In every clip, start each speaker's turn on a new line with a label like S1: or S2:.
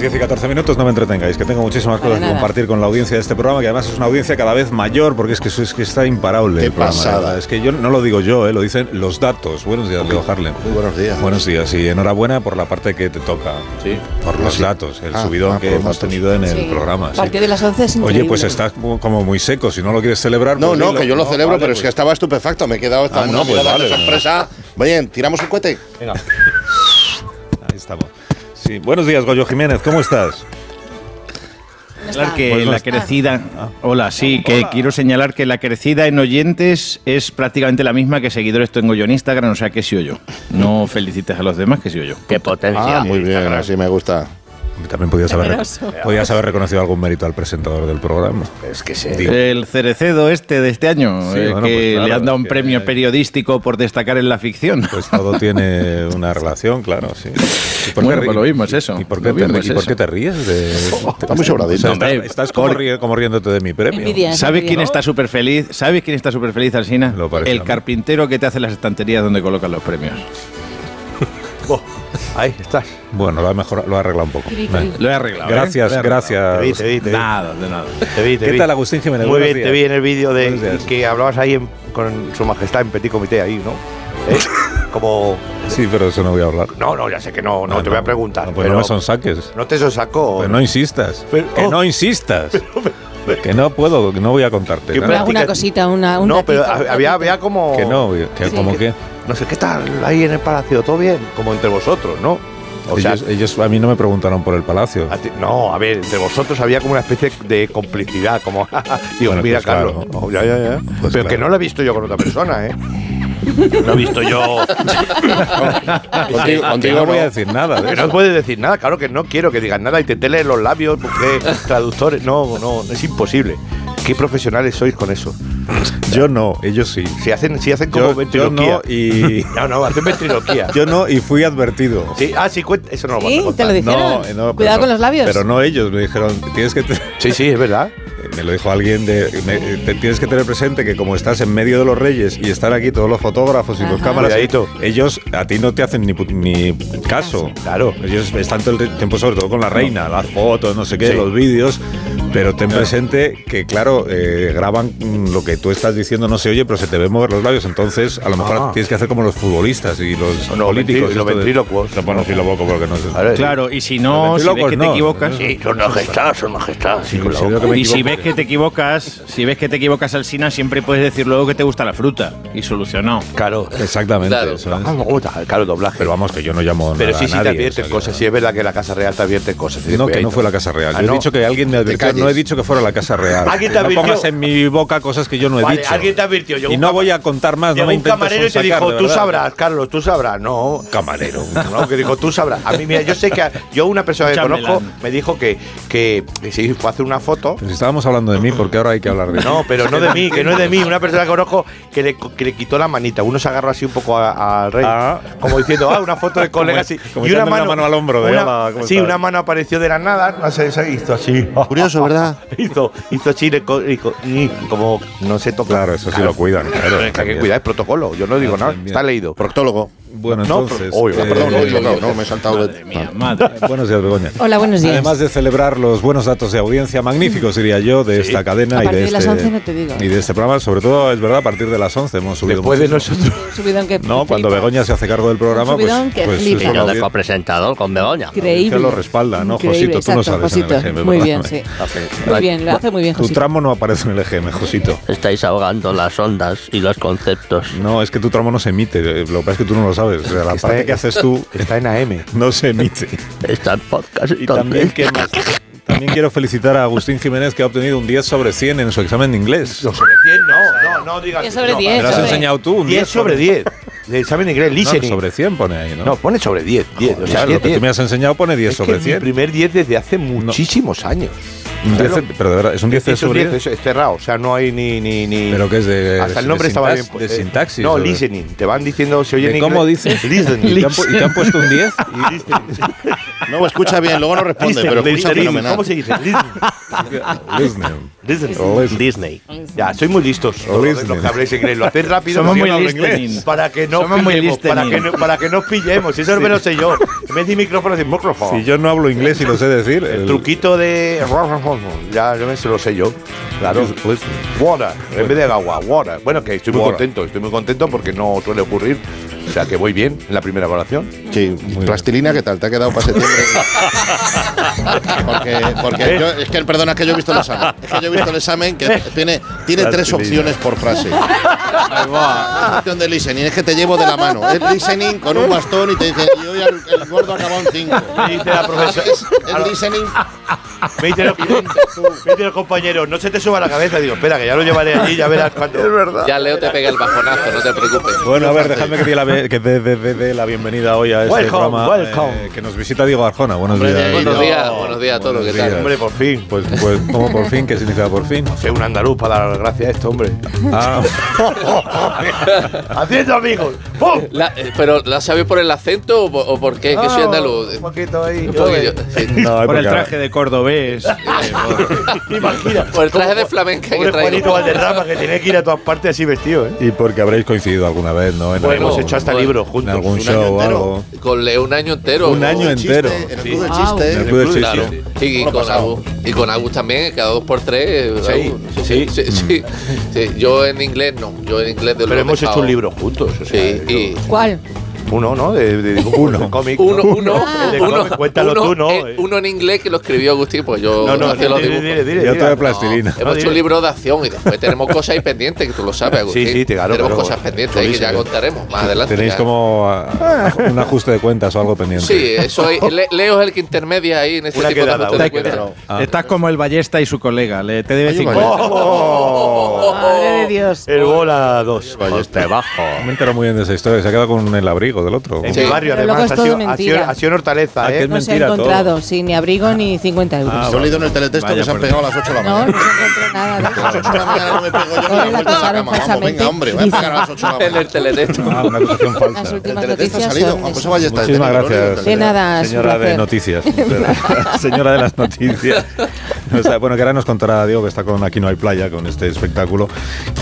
S1: 10 y 14 minutos, no me entretengáis, que tengo muchísimas cosas que compartir con la audiencia de este programa, que además es una audiencia cada vez mayor, porque es que, es que está imparable.
S2: Qué
S1: el programa,
S2: pasada.
S1: Es que yo no lo digo yo, eh, lo dicen los datos. Buenos días, Leo Harlem.
S2: Muy buenos días.
S1: Buenos días y enhorabuena por la parte que te toca.
S2: Sí.
S1: Por los
S2: Sí.
S1: datos, el
S2: Ah,
S1: subidón
S2: ah,
S1: que
S2: por los
S1: hemos
S2: datos.
S1: tenido en el
S3: Sí.
S1: programa.
S3: A
S1: sí.
S3: partir de las 11 es
S1: Oye,
S3: increíble.
S1: pues estás como como muy seco, si no lo quieres celebrar.
S2: No,
S1: pues
S2: no,
S1: dilo.
S2: que yo lo
S1: No,
S2: celebro,
S1: vale,
S2: pero es que
S1: pues.
S2: estaba estupefacto. Me he quedado hasta
S1: Ah,
S2: una
S1: no, pues
S2: mirada de
S1: vale.
S2: sorpresa. Bien, tiramos un cohete.
S1: Venga. Ahí estamos. Sí. Buenos días, Goyo Jiménez, ¿cómo estás?
S4: Señalar que
S1: Pues no
S4: la
S1: está.
S4: crecida. Hola, sí, que quiero señalar que la crecida en oyentes es prácticamente la misma que seguidores tengo yo en Instagram, o sea que sí o yo. No felicites a los demás, que sí o yo.
S5: Qué potencia.
S2: Ah, muy bien, así me gusta.
S1: También podías haber,
S3: Temeroso.
S1: podías haber reconocido algún mérito al presentador del programa.
S5: Es que se.
S1: Digo,
S4: El cerecedo este de este año,
S1: Sí,
S4: eh,
S1: bueno,
S4: que
S1: pues claro,
S4: le han dado
S1: es
S4: un
S1: que-
S4: premio periodístico por destacar en la ficción.
S1: Pues todo tiene una relación, claro, sí. ¿Y por
S4: Bueno,
S1: qué-
S4: pues lo mismo es eso,
S1: ¿Y por qué,
S4: lo
S1: te,
S4: mismo
S1: ri-
S4: es
S1: y por
S4: eso. Oh,
S1: qué te ríes? De,
S2: Está muy sobradito.
S1: estás-
S4: hombre,
S1: estás como,
S4: por-
S1: ri- como riéndote de mi premio.
S3: Envidia.
S4: ¿Sabes
S3: Envidia.
S4: quién está súper feliz? ¿Sabes quién está súper feliz, Alsina?
S1: Lo parece a
S4: El
S1: mí.
S4: carpintero que te hace las estanterías donde colocan los premios.
S5: Ahí estás.
S1: Bueno, lo ha, mejorado, lo ha arreglado un poco.
S3: Cri, cri.
S1: Venga.
S4: Lo he arreglado. ¿eh?
S1: Gracias,
S4: Lo he arreglado.
S1: gracias.
S5: Te vi, te vi, te vi.
S4: Nada, de nada.
S5: Te vi, te
S1: ¿Qué
S5: vi.
S1: tal, Agustín Jiménez?
S5: Muy
S1: Buenos
S5: bien, te vi
S1: días.
S5: en el vídeo
S1: Buenos
S5: de
S1: días.
S5: que hablabas ahí en- con su majestad en Petit Comité, ahí, ¿no? ¿Eh? Como.
S1: Sí, pero eso no voy a hablar.
S5: No, no, ya sé que no, no, te voy a preguntar.
S1: no, pues no
S5: pero-
S1: me son saques. Pues
S5: no te sonsaco.
S1: no insistas.
S5: Pero-
S1: que
S5: oh.
S1: no insistas. que no puedo, que no voy a contarte.
S5: Qué
S1: nada.
S3: Pero alguna cosita, una, un
S5: No,
S3: datito,
S5: pero
S3: un datito.
S5: había, había como.
S1: Que no, que
S3: Sí,
S1: como
S5: que-
S1: que.
S5: No sé, ¿qué tal ahí en el palacio? ¿Todo bien? Como entre vosotros, ¿no? O sea,
S1: ellos, ellos a mí no me preguntaron por el palacio.
S5: a ti- no, a ver, entre vosotros había como una especie de complicidad, como. Digo,
S1: Bueno,
S5: mira,
S1: pues
S5: Carlos.
S1: claro.
S5: oh, ya, ya, ya.
S1: Pues
S5: pero que
S1: claro.
S5: no lo he visto yo con otra persona, ¿eh? No he visto yo.
S2: Contigo,
S1: Que
S2: contigo
S1: no
S2: no.
S1: voy a decir nada. de
S5: Que no
S1: eso.
S5: puedes decir nada, claro que no quiero que digas nada y te teles los labios porque traductores. No, no, es imposible. Qué profesionales sois con eso.
S1: Yo no, ellos sí.
S5: Si hacen, si hacen como
S1: Yo, yo no
S5: ventriloquía.
S1: y
S5: no, no, hacen ventriloquía.
S1: yo no y fui advertido.
S5: Sí, ah, sí, cuenta. Eso no lo vas a
S3: Sí, te
S5: contar.
S3: lo dijeron.
S1: No, eh, no, pero
S3: Cuidado
S1: no-
S3: con los labios.
S1: Pero no ellos, me dijeron, tienes que te-
S5: Sí, sí, es verdad.
S1: me lo dijo alguien de me- te- tienes que tener presente que como estás en medio de los reyes y están aquí todos los fotógrafos y tus
S3: Ajá.
S1: cámaras,
S5: Cuidadito.
S1: ellos a ti no te hacen ni, pu- ni caso.
S5: Claro.
S1: Ellos están todo el tiempo sobre todo con la reina, las fotos, no sé qué,
S5: Sí.
S1: los vídeos, pero ten presente que claro, eh, graban mm, lo que tú estás diciendo no se oye, pero se te ve mover los labios, entonces a lo mejor
S5: Ah.
S1: tienes que hacer como los futbolistas y los
S5: No,
S1: políticos
S5: ventrí-
S1: esto
S5: los
S1: de-
S5: ventrílocuos.
S1: No, bueno, filólogo porque no sé.
S5: A ver,
S4: Claro, y si no,
S1: Los
S4: si ves que te
S1: locos no.
S4: equivocas.
S5: Sí, son majestad, son majestad. Sí,
S1: Sí,
S5: con la
S1: sí,
S5: boca.
S1: veo que me
S4: y si
S1: equivoco.
S4: ves que te equivocas, si ves que te equivocas al Sina, siempre puedes decir luego que te gusta la fruta. Y solucionado.
S5: Claro.
S1: Exactamente.
S6: Claro.
S1: ¿sabes?
S5: Ah, me gusta, claro, doblaje.
S1: Pero vamos, que yo no llamo
S5: Pero
S1: nada
S5: sí,
S1: a
S5: sí, te
S1: nadie. o sea
S5: advierten
S1: que-
S5: cosas. Sí, es verdad que la Casa Real te advierte cosas. te dice,
S1: No, que no
S5: cuidadito.
S1: fue la Casa Real.
S5: Ah,
S1: Yo
S5: no.
S1: he dicho que alguien me advirtió.
S2: calles.
S1: No he dicho que fuera la Casa Real.
S5: Alguien te
S1: no
S5: advirtió.
S1: pongas en mi boca cosas que yo no he
S5: Vale,
S1: dicho.
S5: alguien te advirtió. Llegó
S1: Y
S5: un
S1: no
S5: cama-
S1: voy a contar más. No
S5: Llegó
S1: me
S5: un
S1: intentes
S5: camarero y te
S1: sonsacar,
S5: dijo,
S1: de
S5: tú
S1: verdad".
S5: sabrás, Carlos, tú sabrás. No,
S1: Camarero.
S5: No, que dijo, tú sabrás. A mí, mira, yo sé que a- yo una persona que
S4: Chambelán.
S5: conozco me dijo que, que, que sí, fue a hacer una foto.
S1: Pero si estábamos hablando de mí, ¿por qué ahora hay que hablar de
S5: No, pero no de mí, que no es de mí. Una persona que conozco que le, que le quitó la manita. Uno se agarró así un poco a- al rey.
S1: Ah.
S5: Como diciendo, ah, una foto de
S1: Como-
S5: colegas. y-
S1: como
S5: y una
S1: echándole
S5: mano,
S1: la mano al hombro de,
S5: una-
S1: "Hola, ¿cómo
S5: Sí,
S1: estás?".
S5: una mano apareció de la nada. No sé, se hizo así.
S2: Curioso, ¿verdad?
S5: hizo, hizo así, le co- le co- y como no se toca.
S1: Claro, eso sí lo cuidan. Claro,
S5: Hay que
S1: también. Ah,
S5: cuidar el protocolo. Yo no digo nada.
S1: también.
S5: Está leído.
S2: Proctólogo.
S1: Bueno,
S5: No,
S1: entonces.
S5: pero- obvio,
S2: Ah, perdón,
S1: eh,
S2: no, no, no, no, me he saltado de.
S4: Madre mía, madre.
S1: Buenos días, Begoña.
S3: Hola, buenos días.
S1: Además de celebrar los buenos datos de audiencia, magníficos diría yo, de esta cadena y de,
S3: A partir de
S1: este,
S3: las 11 no te digo.
S1: y de este programa, sobre todo, es verdad, a partir de las 11 hemos subido
S5: Después de
S1: muchísimo.
S5: nosotros.
S3: Subidón que
S1: No, cuando
S3: flipas.
S1: Begoña se hace cargo del programa,
S3: Un
S1: pues,
S3: subidón que
S1: pues
S3: flipa.
S1: eso
S6: Y yo
S1: lo
S6: de
S1: di-
S6: copresentador con Begoña.
S3: Increíble.
S1: Que lo respalda, ¿no,
S3: Increíble,
S1: Josito? Tú no
S3: exacto,
S1: sabes en el
S3: Josito.
S1: ejemplo,
S3: Muy
S1: ¿verdad?
S3: bien, sí. Muy
S6: Ay,
S3: bien, lo hace muy bien,
S1: Tu
S3: Josito.
S1: tramo no aparece en el EGM, Josito.
S6: Estáis ahogando las ondas y los conceptos.
S1: No, es que tu tramo no se emite. eh, Lo que pasa es que tú no lo sabes. O sea, la
S5: Este
S1: parte que haces tú
S5: Está en AM.
S1: no se emite.
S6: Está en podcast.
S1: Y también que más. También quiero felicitar a Agustín Jiménez que ha obtenido un 10 sobre 100 en su examen de inglés.
S5: No, sobre 10 no, no, no digas.
S3: 10 sobre
S5: no,
S3: 10,
S1: Me lo has
S3: sobre-
S1: enseñado tú, un
S5: 10 sobre 10. De examen de inglés,
S1: No,
S5: listening.
S1: sobre 100 pone ahí, ¿no?
S5: No, pone sobre 10. 10 o sea,
S1: Claro, lo
S5: 10,
S1: que tú me has enseñado pone 10
S5: es que
S1: sobre
S5: mi
S1: 100.
S5: primer 10 desde hace muchísimos años.
S1: Un 10,
S5: Claro.
S1: pero de verdad, es un 10
S5: Es un
S1: sobre
S5: 10,
S1: 10.
S5: eso es cerrado, o sea, no hay ni. ni, ni-
S1: Pero que es de.
S5: Hasta el
S1: de
S5: nombre estaba
S1: sintax-
S5: bien puesto.
S1: De sintaxis.
S5: No,
S1: o de-
S5: listening. Te van diciendo, se oye
S1: ¿De
S5: en
S1: ¿Cómo
S5: inglés.
S1: dices?
S5: Listening.
S1: ¿Y te, han, pu- y te han puesto un 10?
S5: Y listening.
S2: No, escucha bien, luego no responde,
S5: Listening,
S2: pero escucha
S5: listening.
S2: fenomenal.
S5: ¿Cómo se dice? Listening.
S1: Oh, Listening. Oh,
S5: Listening.
S6: Disney.
S5: Ya, soy muy listos. todos Los que habléis inglés. Lo hacéis rápido.
S4: Somos
S5: porque
S4: muy
S5: yo no hablo
S4: listening.
S5: inglés. Para que no
S4: Somos muy
S5: pillemos, para que
S4: listening.
S5: no, para que no pillemos. Eso me lo sé yo. En vez de micrófono, decís micrófono.
S1: Si yo no hablo inglés y lo sé decir.
S5: El
S1: el-
S5: truquito de. Ya yo me se lo sé yo. Claro.
S2: Pues,
S5: Water. En vez de agua, water. Bueno, que estoy muy
S1: Water.
S5: contento. Estoy muy contento porque no suele ocurrir. O sea, que voy bien en la primera evaluación.
S2: Sí, plastilina, ¿qué tal? ¿Te ha quedado para septiembre? porque
S5: ¿Eh?
S2: porque yo- es que, perdona, es que yo he visto el examen. Es que yo he visto el examen que tiene, tiene tres opciones por frase. La opción de listening es que te llevo de la mano. Es listening con un bastón y te dice, y hoy el, el gordo ha acabado en cinco.
S5: Me dice la profesora.
S2: Es el listening
S5: Me dice, los, me dice los compañeros, no se te suba la cabeza. Digo, espera, que ya lo llevaré allí, ya verás cuando. Es verdad.
S7: Ya Leo te pega el bajonazo, no te preocupes.
S1: Bueno, a ver, dejadme que dé la, be- que dé- dé- dé- dé la bienvenida hoy a este
S5: Welcome,
S1: programa
S5: welcome.
S1: que nos visita Diego Arjona. Buenos
S2: Hombre,
S1: días.
S7: Buenos
S2: no.
S7: días, buenos días a todos, ¿qué
S1: Buenos
S7: tal?
S5: Hombre, por fin.
S1: Pues, pues, ¿cómo por fin? ¿Qué significa por fin?
S5: Soy un andaluz para dar las gracias a esto, hombre.
S1: Ah,
S5: Haciendo amigos. ¡Pum!
S7: La- eh, ¿Pero la sabes por el acento o, por- o por qué? Que soy andaluz.
S5: Un poquito ahí.
S7: Un poquillo, sí.
S1: no,
S4: Por
S1: porque-
S4: el traje de cordobés. eh, por-
S5: Imagina.
S7: Por el traje de flamenca que
S5: Pobre Juanito
S7: traigo.
S5: Valderrama que tenía que ir a todas partes así vestido, ¿eh?
S1: Y porque habréis coincidido alguna vez, ¿no? En
S5: Bueno, hemos
S1: algún-
S5: hecho hasta
S7: bueno.
S5: libro
S1: en
S5: juntos.
S1: algún
S2: un año
S1: show o
S2: entero.
S1: algo.
S7: Con Leo un año entero.
S1: Un
S7: ¿no?
S1: año
S2: el chiste,
S1: entero. Ah,
S2: En el club del
S3: Wow.
S2: chiste.
S1: En el club del
S7: Claro.
S1: chiste.
S7: Y, y
S2: Lo
S7: con
S2: pasado.
S7: Agus. Y con Agus también, cada dos por tres.
S5: Sí,
S7: Agus. Sí,
S5: sí.
S7: sí, sí. Yo en inglés no. Yo en inglés de lo
S5: Pero
S7: he
S5: hemos hecho
S7: dejado.
S5: un libro juntos. O sea,
S7: Sí,
S5: yo-
S7: y
S3: ¿Cuál?
S5: Uno, ¿no? De, de dibujo,
S1: Uno.
S5: de cómic.
S7: uno,
S5: ¿no?
S7: uno,
S5: El de
S7: uno,
S5: cómic, cuéntalo
S7: uno
S5: tú, ¿no?
S7: en- uno en inglés que lo escribió Agustín, pues yo
S5: no, no,
S7: hacía
S5: dile,
S7: los
S5: dile,
S7: dibujos.
S5: dile, dile,
S1: Y otra
S5: dile.
S1: de plastilina.
S7: Hemos hecho
S5: dile.
S7: un libro de acción y después tenemos cosas ahí pendientes, que tú lo sabes, Agustín.
S5: Sí, sí, te- claro,
S7: Tenemos
S5: claro.
S7: cosas pendientes ahí que ya
S5: Chulísimo.
S7: contaremos más adelante.
S1: Tenéis
S7: ya.
S1: como ah, un ajuste de cuentas o algo pendiente.
S7: Sí, eso es- Le- Leo es el que intermedia ahí en este
S5: Una
S7: tipo de
S5: quedada,
S7: ajuste
S5: una
S7: de cuentas.
S5: quedada.
S1: Ah.
S4: Estás como el Ballesta y su colega. Le, te debe
S2: Oye,
S4: 50.
S5: ¡Oh!
S3: Madre de Dios.
S5: El bola 2.
S6: Te bajo.
S1: No me entero muy bien de esa historia. Se ha quedado con el abrigo del otro.
S5: En
S7: Sí.
S5: mi barrio,
S3: Pero luego
S5: además,
S3: es
S5: ha
S3: todo
S5: sido, ha, sido,
S3: mentira.
S5: ha sido en Hortaleza,
S1: Ah,
S5: ¿eh?
S1: que-
S3: No se ha
S1: mentira todo.
S3: encontrado, sí, ni abrigo ni 50 euros.
S1: Ah,
S2: Yo he leído en el teletexto
S4: Vaya
S2: que se han
S4: por
S2: pegado a las 8 de la
S3: no,
S2: mañana.
S3: no se encontró nada. de
S2: A las
S3: eso.
S2: 8 de la mañana no me pego yo ni la
S3: Ahora la
S2: vuelta a la cama.
S3: pasaron
S2: Vamos,
S3: falsamente.
S2: venga, hombre, voy a pegar a las 8 de la
S7: En el
S2: mañana.
S7: teletexto.
S1: Ah, una acusación
S3: Las
S1: falsa.
S3: últimas
S2: El teletexto ha
S3: noticias
S2: salido.
S3: son
S2: Juan José
S3: esas.
S2: Ballesta. el
S1: Muchísimas
S2: técnico,
S1: gracias.
S2: ¿no?
S3: De nada, es un
S1: Señora de
S3: placer.
S1: noticias. Señora de las noticias. O sea, bueno, que ahora nos contará Diego que está con Aquí no hay playa, con este espectáculo,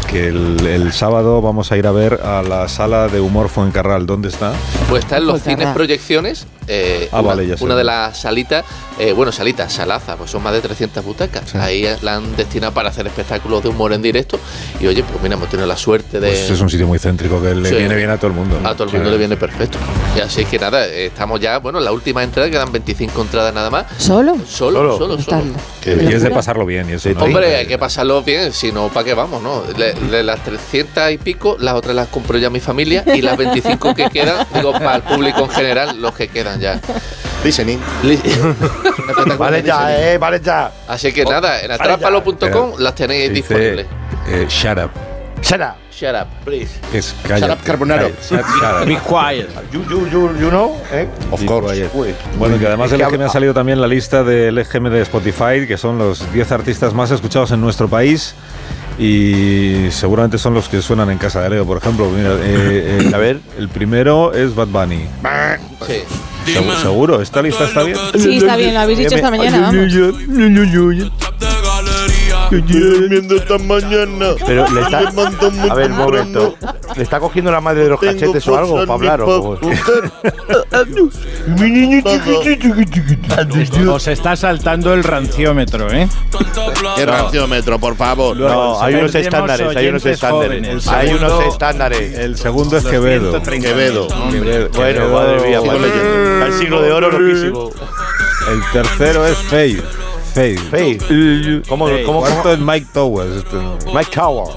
S1: que el, el sábado vamos a ir a ver a la sala de humor Fuencarral. ¿Dónde está?
S7: Pues está en los
S3: Pues,
S7: cines
S3: verdad.
S7: proyecciones, eh,
S1: Ah,
S7: una,
S1: vale, ya sé.
S7: una de las salitas, eh, bueno, salitas, salaza, pues son más de 300 butacas. Ahí la han destinado para hacer espectáculos de humor en directo. Y oye, pues mira, hemos tenido la suerte de...
S1: Pues es un sitio muy céntrico que le
S7: Sí.
S1: viene bien a todo el mundo. ¿no?
S7: A todo el mundo le viene perfecto. Y así que nada, eh, estamos ya, bueno, la última entrada, quedan 25 entradas nada más.
S3: ¿Solo?
S7: Solo, solo, solo.
S3: Tal.
S2: Qué
S1: Y
S2: bien.
S1: es de pasarlo bien. Y eso, ¿no?
S7: Hombre, hay que pasarlo bien, si no, ¿para qué vamos? no? Le- le- las 300 y pico, las otras las compro ya mi familia y las 25 que quedan, digo, para el público en general, los que quedan ya.
S2: Listening.
S7: Li-
S2: Un espectáculo
S5: Vale
S2: de listening.
S5: ya, eh, vale ya.
S7: Así que nada, en
S5: para
S7: atrápalo.com las tenéis
S1: Dice,
S7: disponibles.
S1: eh, shut up.
S5: Sara,
S7: Shut up.
S5: please.
S1: que Es cállate,
S2: Shut up, Carbonaro.
S1: cállate, shut- shut
S4: Be
S1: up.
S4: quiet.
S5: You, you, you, you know, eh.
S2: Of
S1: Ayer.
S2: course.
S5: Uy.
S1: Bueno, que además
S5: Es
S1: de
S5: que
S1: lo que me ha
S5: hab-
S1: salido también la lista del EGM de Spotify, que son los 10 artistas más escuchados en nuestro país y seguramente son los que suenan en casa de Leo, por ejemplo. Mira, eh, eh,
S5: A ver.
S1: el primero es Bad Bunny.
S7: Sí.
S1: Segu- seguro, esta lista está bien.
S3: Sí, está bien, lo habéis dicho esta mañana, vamos.
S5: Pero le está. A ver, un momento. ¿Le está cogiendo la madre de los cachetes o algo para hablar? o-
S4: Os está saltando el ranciómetro, ¿eh?
S2: Qué ranciómetro, por favor.
S5: No, hay unos
S4: Perdemos
S5: estándares, hay unos
S4: oyentes
S5: estándares.
S4: jóvenes.
S5: Hay
S4: El
S5: unos
S4: segundo-
S5: estándares.
S1: El segundo es Quevedo.
S4: 130.
S2: Quevedo.
S1: Quevedo-
S5: Bueno, madre mía, madre mía. Al siglo de oro loquísimo.
S1: El tercero es Faith. Faith.
S5: Faith. ¿Cómo,
S1: El
S5: cómo, cómo?
S1: cuarto es Mike Towers. Este-
S5: Mike Tower.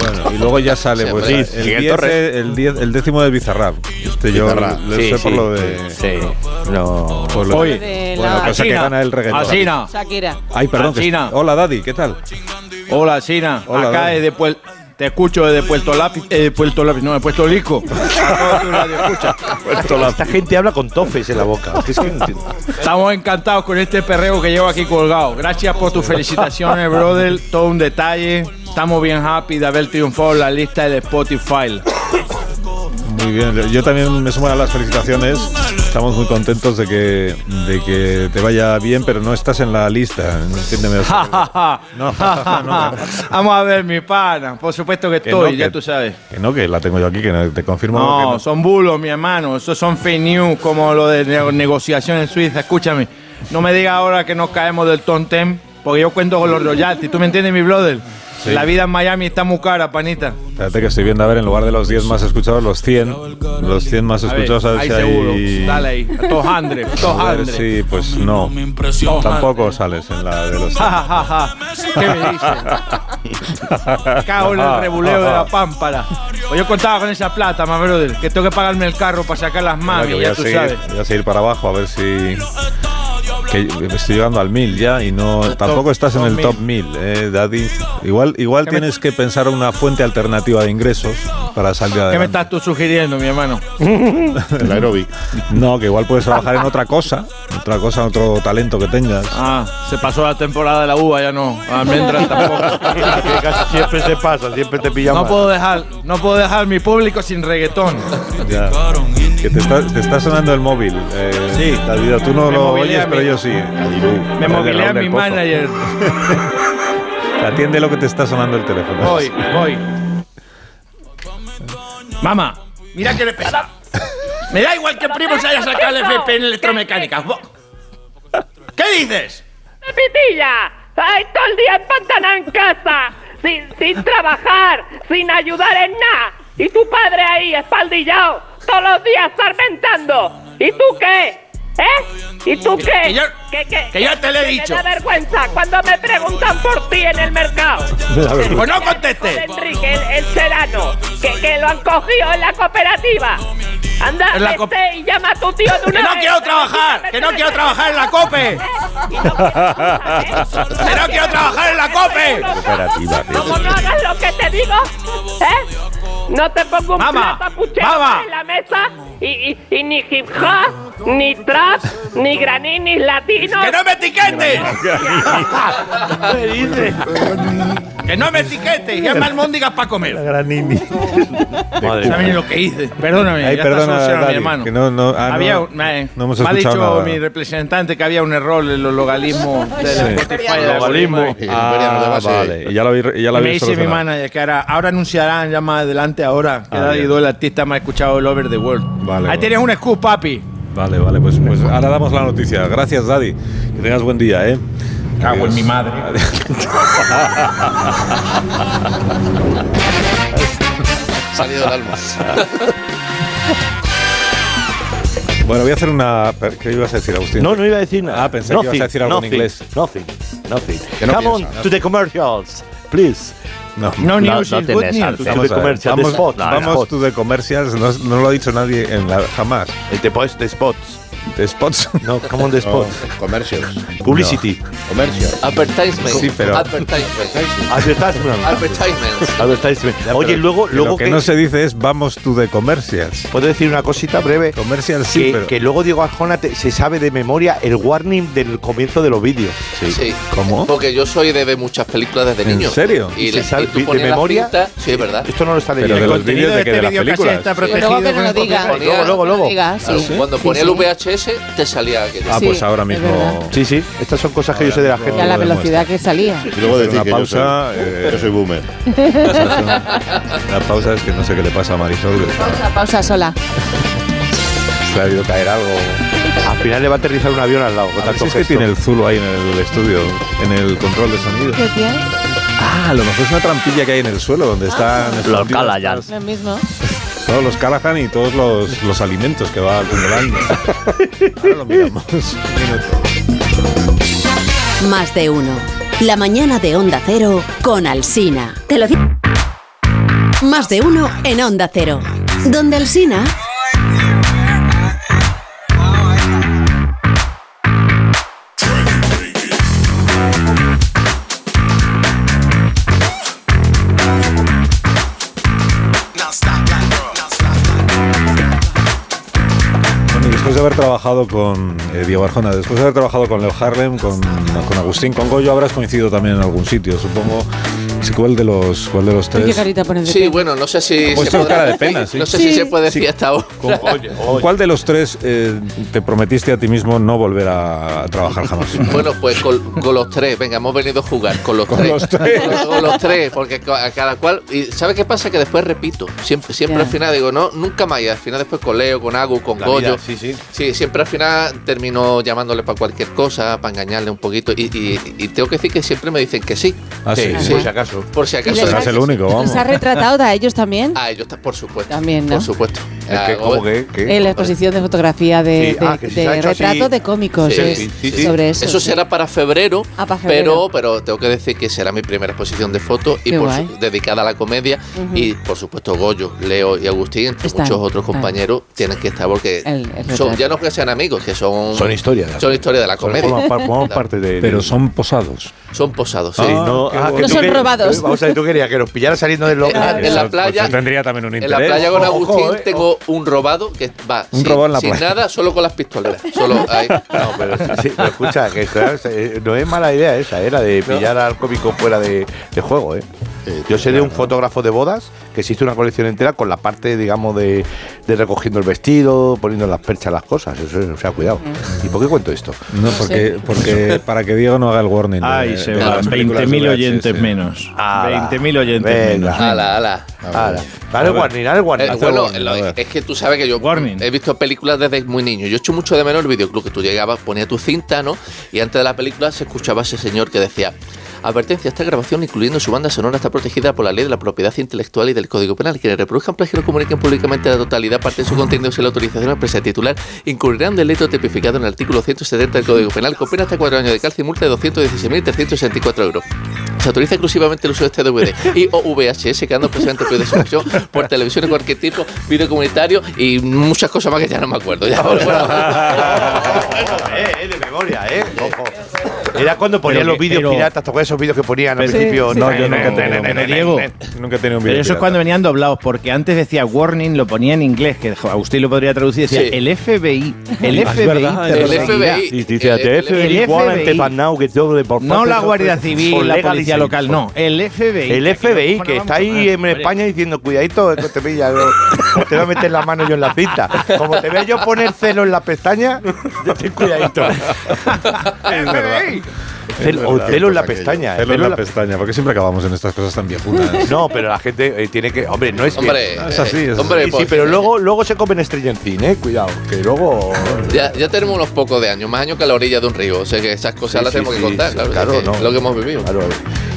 S1: Bueno, y luego ya sale,
S7: Sí,
S1: pues
S7: hombre.
S1: el,
S5: Miguel
S1: 10
S5: Torres.
S1: es- el, 10 el décimo del Bizarrap. Este yo
S2: Bizarrap.
S1: lo sé por lo de.
S5: Sí. No.
S1: por lo
S4: Oye,
S1: de-
S3: de
S1: bueno,
S3: la-
S1: cosa que
S4: Asina.
S1: gana el reggaetón.
S4: Asina.
S3: Shakira.
S1: Ay, perdón. que-
S4: Asina.
S1: hola, Daddy, ¿qué tal?
S4: Hola, Sina.
S1: Hola,
S4: Acá
S1: Dani.
S4: es de Puel- Te escucho desde Puerto Lápiz. eh, Puerto Lápiz, no, de Puerto Lico. Acabo tu radio, escucha.
S5: Esta gente habla con tofes en la boca. Es que no entiendo.
S4: Estamos encantados con este perreo que llevo aquí colgado. Gracias por tus felicitaciones, brother. Todo un detalle. Estamos bien happy de haber triunfado en la lista de Spotify.
S1: Muy bien, yo también me sumo a las felicitaciones. Estamos muy contentos de que, de que te vaya bien, pero no estás en la lista. Entiéndeme.
S4: Ja, ja, ja.
S1: No,
S4: Ja, ja, ja. Vamos a ver, mi pana. Por supuesto que
S1: Que no,
S4: estoy, ya
S1: que-
S4: tú sabes.
S1: Que no, que la tengo yo aquí, que no- te confirmo. que
S4: No, son bulos, mi hermano. Esos son fake news, como lo de ne- negociación en Suiza. Escúchame, no me digas ahora que nos caemos del tontem, porque yo cuento con los royalties. ¿Tú me entiendes, mi brother?
S1: Sí.
S4: La vida en Miami está muy cara, panita.
S1: Espérate que estoy viendo, a ver, en lugar de los 10 más escuchados, los 100. Los 100 más
S4: A ver,
S1: escuchados, a ver
S4: ahí
S1: si
S4: seguro.
S1: hay-
S4: Dale ahí. A Todos Andre, a todos
S1: A ver
S4: Andre.
S1: si, pues no. Tampoco sales en la de los 100.
S4: Ja, ja, ja, ja. ¿Qué me dices? Cago en el rebuleo de la pámpara. Pues yo contaba con esa plata, mi brother, que tengo que pagarme el carro para sacar las
S1: Mira, que
S4: mamis,
S1: voy,
S4: ya
S1: a
S4: tú
S1: seguir,
S4: sabes.
S1: voy a seguir para abajo, a ver si. Que estoy llegando al 1000 ya y no tampoco estás en
S4: top
S1: el
S4: mil.
S1: top 1000, eh, Daddy. Igual, igual
S4: ¿Qué me-
S1: tienes que pensar una fuente alternativa de ingresos para salir
S4: ¿Qué me
S1: adelante.
S4: estás tú sugiriendo, mi hermano?
S2: El aeróbic.
S1: No, que igual puedes trabajar en otra cosa, otra cosa, otro talento que tengas.
S4: Ah, se pasó la temporada de la uva, ya no. Almendras tampoco.
S5: Casi siempre te pasa, siempre te pillamos.
S4: No puedo dejar, no puedo dejar mi público sin reggaetón.
S1: Ya. Que te está, te está sonando el móvil. eh,
S4: Sí.
S1: David, tú no
S4: Me
S1: lo
S4: movilea
S1: oyes,
S4: a mí.
S1: pero yo sí.
S4: Me movilé a mi manager.
S1: Atiende lo que te está sonando el teléfono.
S4: Voy, voy. Mamá, mira que le pesa. Me da igual que primo se haya sacado el FP en electromecánica. Bo- ¿Qué dices?
S8: ¡Pepitilla! ¡Ay, todo el día empantanada en casa! Sin, sin trabajar, sin ayudar en nada. Y tu padre ahí, espaldillado, todos los días sarmentando. ¿Y tú qué? ¿Eh? ¿Y tú qué?
S4: que yo-
S8: ¿Qué- qué-
S4: que yo te lo he
S8: que
S4: dicho.
S8: Me da vergüenza cuando me preguntan por ti en el mercado.
S4: Pues no
S8: Con
S4: contestes.
S8: Enrique, el, el serano, que, que lo han cogido en la cooperativa. Anda,
S4: En la co-
S8: vete y llama a tu tío de una
S4: Que no
S8: vez.
S4: quiero trabajar, que no quiero trabajar en la COPE.
S8: Y no quiero-
S4: Que no quiero trabajar en la COPE.
S1: Cooperativa, tío.
S8: Como no hagas lo que te digo, ¿eh? No te pongo un
S4: Mama,
S8: plato puchero
S4: mama.
S8: en la mesa y, y- y ni hip hop, ni trap, ni graní, ni latino.
S4: ¡Que no me etiquetes! ¡Que no me etiquetes! Ya me almóndigas para comer.
S5: Madre
S4: ¿Sabes
S5: mía.
S4: lo que hice? Perdóname,
S1: Ay,
S4: ya
S1: perdona,
S4: está solucionado,
S1: Dani,
S4: mi hermano.
S1: que no- no- ah,
S4: había
S1: no-
S4: un- eh,
S1: no hemos
S4: me ha dicho
S1: escuchado nada.
S4: mi representante que había un error en los logaritmos del
S1: Sí.
S4: Spotify. del
S5: Logaritmo.
S4: algoritmo.
S2: Sí, María, no te
S1: Ah,
S2: vas a ir.
S1: vale. Y ya lo vi, ya lo
S4: Me
S1: vi
S4: dice mi
S1: solucionado.
S4: manager que ahora, ahora anunciarán ya más adelante ahora que
S1: Ah,
S4: Daddy
S1: bien.
S4: Do, el artista más escuchado del Over the World.
S1: Vale,
S4: Ahí
S1: vale.
S4: tienes un scoop, papi.
S1: Vale, vale, pues, pues ahora damos la noticia. Gracias, Daddy. Que tengas buen día, ¿eh?
S4: Cago en
S1: Adiós.
S4: mi madre.
S2: Salido del alma.
S1: Bueno, voy a hacer una. ¿Qué ibas a decir, Agustín?
S5: No, no iba a decir nada.
S1: Ah, pensé que ibas a
S5: Nothing,
S1: decir algo en
S5: nothing,
S1: inglés.
S5: Nothing, nothing.
S2: Que no
S5: Come
S2: piensa.
S5: on to the commercials, please.
S1: no.
S6: No,
S4: No news
S6: no
S4: is good
S6: tienes
S4: news.
S6: arte.
S5: To
S1: Vamos,
S5: the
S1: a ver.
S5: commercial, the
S1: vamos,
S5: spot, the
S1: vamos
S5: spot.
S1: to the commercials, no, no lo ha dicho nadie en la, jamás.
S5: El the post, the spots.
S1: The spots.
S5: No, come on the
S2: No,
S5: spots.
S2: comercios.
S5: Publicity.
S2: Comercios.
S7: Advertisement.
S1: Sí, pero-
S7: Advertisement.
S5: Advertisement.
S7: Advertisements.
S5: Advertisement. Oye, luego,
S1: Que
S5: luego
S1: lo que,
S5: que-
S1: no se dice es vamos to the commercials.
S5: ¿Puedo decir una cosita breve?
S1: Commercials sí,
S5: Que,
S1: pero.
S5: que luego Diego Arjona te- se sabe de memoria el warning del comienzo de los vídeos.
S7: Sí.
S1: ¿Cómo?
S7: Porque yo soy de ver muchas películas desde
S1: ¿En
S7: niño.
S1: serio?
S7: Y,
S5: ¿Y
S7: le-
S5: se sabe
S7: y tú
S5: de
S7: ponías la
S5: memoria?
S7: cinta- Sí, es verdad.
S5: Esto no lo está
S1: Pero
S5: leyendo.
S1: de los
S5: El
S1: vídeos de que de las
S4: videocassette
S1: películas.
S4: está
S1: Sí.
S3: Pero
S4: protegido
S3: luego que no
S4: con
S3: lo
S4: el
S3: diga.
S4: copyright.
S7: Luego, luego,
S3: No
S5: luego.
S3: lo diga, sí.
S1: ¿sí?
S7: Cuando
S3: Sí,
S7: ponía
S3: sí.
S7: el VHS, te salía aquello.
S1: ah,
S3: Sí,
S1: pues ahora
S3: es
S1: mismo.
S3: verdad.
S5: Sí, sí, estas son cosas que yo sé de la
S1: mismo
S3: Y a
S5: gente.
S1: lo
S3: la
S1: demuestra.
S3: velocidad que salía.
S2: Y luego
S1: Hacer
S2: decir
S1: una
S2: que yo soy-
S1: pausa, eh,
S2: Yo soy boomer.
S1: La pausa es que no sé qué le pasa a Marisol. que está-
S3: Pausa, pausa sola.
S1: Se ha debido caer algo.
S5: Al final le va a aterrizar un avión al lado. Con
S1: A ver
S5: tanto
S1: si es que
S5: gesto.
S1: tiene el Zulo ahí en el estudio, en el control de sonido.
S3: ¿Qué tiene?
S1: Ah, a lo mejor es una trampilla que hay en el suelo donde están escondidos
S6: Callahan.
S1: todos-
S3: Lo mismo.
S1: Todos los Callahan y todos los, los alimentos que va acumulando. Ahora lo miramos. Un minuto.
S9: Más de uno. La mañana de Onda Cero con Alsina. Te lo di- Más de uno en Onda Cero. Donde Alsina.
S1: Bueno, y después de haber trabajado con eh, Diego Arjona, después de haber trabajado con Leo Harlem, con, con Agustín, con Goyo, habrás coincidido también en algún sitio, supongo. Sí, ¿Cuál de los, cuál de los
S3: ¿Qué
S1: tres?
S3: carita pones de
S7: Sí,
S3: pena?
S7: bueno, no sé si
S1: Pues
S7: se
S1: tengo
S7: podrá
S1: cara de
S7: decir.
S1: pena, sí.
S7: No sé si
S3: Sí.
S7: se puede decir
S1: Sí.
S7: hasta ahora.
S1: ¿Con, con cuál de los tres eh, te prometiste a ti mismo no volver a trabajar jamás?
S7: Bueno, pues con, con los tres, venga, hemos venido a jugar con los
S1: Con
S7: tres.
S1: los tres.
S7: Con, con los tres, porque co- a cada cual. ¿Y sabes qué pasa? Que después repito, siempre, siempre
S3: Ya.
S7: al final digo, no, nunca más. Y al final después con Leo, con Agu, con
S5: La
S7: Goyo.
S5: vida, sí, sí.
S7: Sí, siempre al final termino llamándole para cualquier cosa, para engañarle un poquito. Y, y- y tengo que decir que siempre me dicen que sí.
S1: Ah, sí.
S7: Sí.
S5: Por si acaso.
S7: Por si acaso.
S1: Serás el único, vamos.
S3: ¿Les ha retratado a ellos también?
S7: A ellos, ta- por supuesto.
S3: También, ¿no?
S7: Por supuesto.
S5: Es que,
S7: Ah,
S5: ¿cómo
S7: o-
S5: que? que-
S3: En la exposición de fotografía de,
S5: Sí, ah,
S3: de-
S5: que si se
S3: de
S5: ha hecho así.
S3: retratos de cómicos
S7: Sí,
S3: es
S7: sí,
S5: sí, sí.
S3: sobre eso.
S7: Eso,
S3: sí.
S7: será para febrero,
S3: Ah, para febrero.
S7: Pero, pero tengo que decir que será mi primera exposición de fotos y
S3: Qué
S7: por
S3: guay.
S7: su- dedicada a la comedia.
S3: Ujú.
S7: Y por supuesto, Goyo, Leo y Agustín, entre
S3: Están,
S7: muchos otros
S3: están.
S7: compañeros, tienen que estar porque
S3: El- el
S7: son-
S3: retrato.
S7: ya no que sean amigos, que son,
S5: Son historias.
S7: son historia de la comedia.
S5: Formamos par- formamos
S7: Claro.
S5: parte de.
S1: Pero son posados.
S7: Son posados, sí.
S5: Sí, no,
S1: qué
S5: ah, que
S1: bueno.
S5: tú
S3: son
S5: querías-
S3: robados.
S5: Vamos a ver, tú querías que nos pillara saliendo del local.
S7: Ah, en la
S1: Eso,
S7: playa-
S1: pues, tendría también un
S7: En
S1: interés.
S7: la playa con
S5: Ojo,
S7: Agustín
S5: ojo, eh.
S7: tengo un robado que va
S1: Un
S7: sin,
S1: robado en la
S7: sin
S1: playa.
S7: nada, solo con las pistoleras. Solo ahí.
S5: No, pero, sí, sí, pero escucha, que claro, eh, no es mala idea esa, era de pillar al cómico fuera de, de juego, ¿eh? Yo sé de un fotógrafo de bodas que existe una colección entera con la parte, digamos, de, de recogiendo el vestido, poniendo en las perchas las cosas. Eso, es- o sea, cuidado.
S3: Mm.
S5: ¿Y por qué cuento esto?
S1: No, porque, porque para que Diego no haga el warning. de-
S4: Ay, se
S1: de
S4: van.
S1: las películas
S4: 20.000
S1: VHS.
S4: oyentes menos.
S5: Ala.
S4: 20.000 oyentes
S5: Venga.
S4: menos.
S7: Ala, ala.
S5: Ahora, dale warning, dale
S7: Eh,
S5: warning. hazlo
S7: bueno,
S5: warning,
S7: lo-
S5: a ver.
S7: es que tú sabes que yo
S4: Warning.
S7: he visto películas desde muy niño. Yo echo mucho de menos el videoclub que tú llegabas, ponías tu cinta, ¿no? Y antes de la película se escuchaba ese señor que decía. Advertencia, esta grabación, incluyendo su banda sonora, está protegida por la ley de la propiedad intelectual y del Código Penal. Quienes reproduzcan plagio o comuniquen públicamente la totalidad, parte de su contenido sin la autorización expresa del titular, incurrirán en delito tipificado en el artículo 170 del Código Penal, con pena hasta cuatro años de cárcel y multa de 216.364 euros. Se autoriza exclusivamente el uso de este DVD y o VHS, quedando presente por distribución por televisión de cualquier tipo, video comunitario y muchas cosas más que ya no me acuerdo. Ya, bueno,
S5: Eh, eh, de memoria, eh. Ojo. Era cuando ponían
S4: Pero
S5: los
S4: que-
S5: vídeos
S4: pero-
S5: piratas, ¿te acuerdas de esos vídeos que ponían al
S4: Pero-
S5: principio?
S4: Sí,
S1: No,
S4: sí.
S1: yo nunca he
S4: Pero,
S1: tenido.
S4: Diego,
S1: Nunca he tenido un video.
S4: Pero eso es
S1: pirata.
S4: cuando venían doblados, porque antes decía warning, lo ponía en inglés, que Agustín lo podría traducir, decía
S7: Sí.
S4: el FBI, el
S1: Es verdad,
S4: FBI,
S1: es
S7: el
S4: te
S1: verdad.
S4: perseguirá".
S7: FBI.
S5: Sí, dice, "The
S4: el
S5: FBI warrant
S4: FBI.
S5: but now get double por
S4: No
S5: parte
S4: la
S5: de-
S4: Guardia Civil, la
S5: for legal
S4: policía
S5: reasons".
S4: local, no, el FBI.
S5: El FBI,
S4: Bueno,
S5: que
S4: vamos
S5: está
S4: a
S5: ahí
S4: ver,
S5: en
S4: hombre.
S5: España diciendo, cuidadito, que te pilla, ¿no? O te voy a meter la mano yo en la cinta. Como te veo yo poner celo en la pestaña, yo te cuidadito. Celo- o
S1: verdad.
S5: celo en la
S2: Aquello.
S5: pestaña.
S1: Pelo en la pestaña, porque siempre acabamos en estas cosas tan viejunas.
S5: No, pero la gente eh, tiene que. Hombre, no es. bien.
S7: Hombre,
S1: No, es así,
S7: eh,
S1: es
S7: hombre,
S5: Sí, sí,
S7: pues,
S5: pero luego, luego se comen estrellencín, eh. Cuidado, que luego.
S7: Ya, ya tenemos unos pocos de años, más años que a la orilla de un río. O sea que esas cosas
S5: Sí,
S7: las
S5: sí,
S7: tenemos
S5: sí,
S7: que contar,
S5: sí,
S7: claro.
S5: claro,
S7: es que
S5: no.
S7: es lo que hemos vivido.
S5: Claro.